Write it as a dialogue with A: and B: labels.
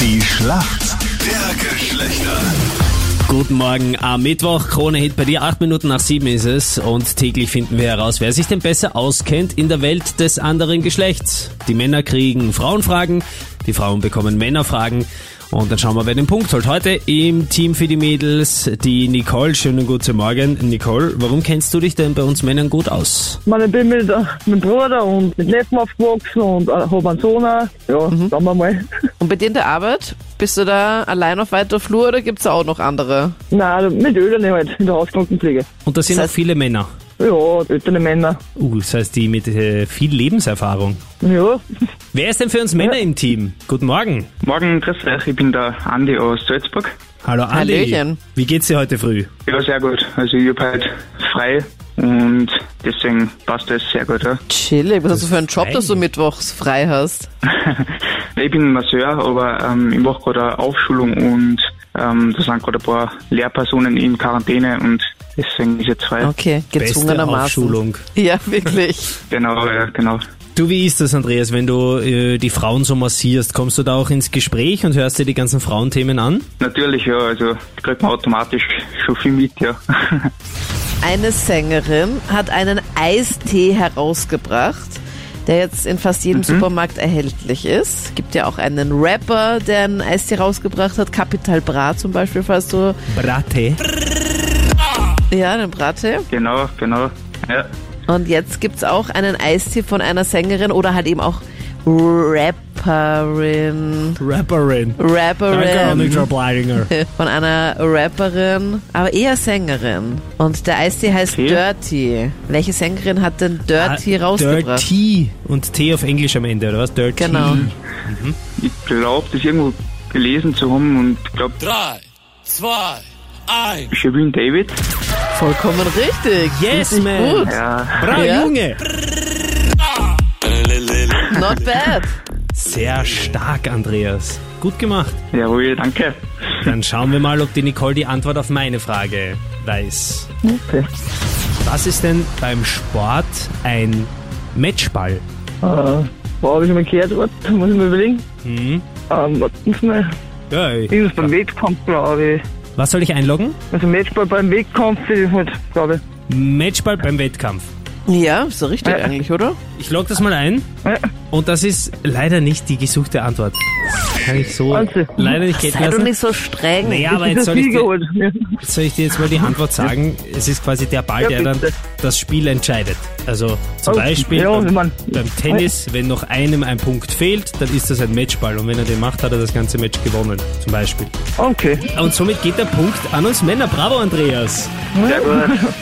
A: Die Schlacht der Geschlechter.
B: Guten Morgen am Mittwoch. Krone Hit bei dir. Acht Minuten nach sieben ist es. Und täglich finden wir heraus, wer sich denn besser auskennt in der Welt des anderen Geschlechts. Die Männer kriegen Frauenfragen, die Frauen bekommen Männerfragen. Und dann schauen wir, wer den Punkt holt. Heute im Team für die Mädels die Nicole. Schönen guten Morgen. Nicole, warum kennst du dich denn bei uns Männern gut aus?
C: Ich meine, ich bin mit äh, meinem Bruder und mit Neffen aufgewachsen und äh, habe einen Sohn. auch. Ja,
B: Mhm.
C: sagen wir mal.
D: Und bei dir in der Arbeit, bist du da allein auf weiter Flur oder gibt's da auch noch andere?
C: Nein, mit Öderne halt, in der Hauskrankenpflege.
B: Und das sind
D: Das
B: auch
D: heißt-
B: viele Männer.
C: Ja, ältere Männer.
B: Uh, das heißt, die mit äh, viel Lebenserfahrung.
C: Ja,
B: Wer ist denn für uns Männer im Team? Guten Morgen.
E: Morgen, grüß euch, ich bin der Andi aus Salzburg.
B: Hallo Andi.
D: Hallöchen.
B: Wie geht's dir heute früh?
E: Ja, sehr gut. Also ich hab halt frei und deswegen passt das sehr gut. Ja.
D: Chillig, was hast du für einen Job,
B: frei.
D: dass du mittwochs frei hast?
E: Ich bin Masseur, aber ähm, ich mache gerade eine Aufschulung und ähm, da sind gerade ein paar Lehrpersonen in Quarantäne und deswegen ist jetzt frei.
D: Okay,
B: Beste
D: gezwungenermaßen.
B: Aufschulung.
D: Ja, wirklich.
E: Genau, ja, genau.
B: Du, wie ist das, Andreas, wenn du äh, die Frauen so massierst? Kommst du da auch ins Gespräch und hörst dir die ganzen Frauenthemen an?
E: Natürlich, ja, also kriegt man automatisch schon viel mit, ja.
D: Eine Sängerin hat einen Eistee herausgebracht, der jetzt in fast jedem Supermarkt erhältlich ist. Gibt ja auch einen Rapper, der einen Eistee rausgebracht hat, Capital Bra zum Beispiel, falls du,
B: Brate.
D: ja, den Brattee.
E: genau, genau. Ja.
D: Und jetzt gibt's auch einen Eistee von einer Sängerin oder halt eben auch Rapperin.
B: Rapperin.
D: Rapperin.
B: Annika Bleidinger.
D: Von einer Rapperin, aber eher Sängerin. Und der Eistee heißt
E: Okay.
D: Dirty. Welche Sängerin hat denn Dirty rausgebracht?
B: Dirty Ah, und T auf Englisch am Ende, oder was? Dirty.
D: Genau.
E: Ich glaube, das irgendwo gelesen zu haben und glaube,
F: 3, 2, 1.
E: Sherwin David.
D: Vollkommen richtig.
B: Yes,
D: richtig
B: man.
D: gut.
E: Ja,
B: Bra,
D: Ja.
B: Junge!
D: Not bad.
B: Sehr stark, Andreas. Gut gemacht.
E: jawohl, danke.
B: Dann schauen wir mal, ob die Nicole die Antwort auf meine Frage weiß.
C: okay.
B: Was ist denn beim Sport ein Matchball?
C: Äh, wow, habe ich schon mal gehört, warte, muss ich mal überlegen.
B: Mhm.
C: Ähm, warten Sie mal.
B: Ja, ich-
C: Irgendwas beim Wettkampf, glaube ich.
B: Was soll ich einloggen?
C: Also Matchball beim Wettkampf, das ist halt, glaube ich.
B: Matchball beim Wettkampf.
D: Ja, so richtig eigentlich, oder?
B: Ich log das mal ein.
C: Ja.
B: Und das ist leider nicht die gesuchte Antwort. Das kann ich so
C: Wahnsinn.
B: leider nicht gelten
D: Sei doch
B: lassen.
D: nicht so streng.
B: Naja, aber jetzt
C: das
B: soll ich,
C: Sieger
B: dir,
C: halt. Ja.
B: soll ich dir jetzt mal die Antwort sagen. Es ist quasi der Ball,
C: Ja,
B: der dann
C: bitte.
B: das Spiel entscheidet. Also zum
C: Oh,
B: Beispiel
C: ja, ich
B: beim,
C: mein-
B: beim Tennis, wenn noch einem ein Punkt fehlt, dann ist das ein Matchball. Und wenn er den macht, hat er das ganze Match gewonnen. Zum Beispiel.
C: Okay.
B: Und somit geht der Punkt an uns Männer. Bravo, Andreas.
E: Sehr gut.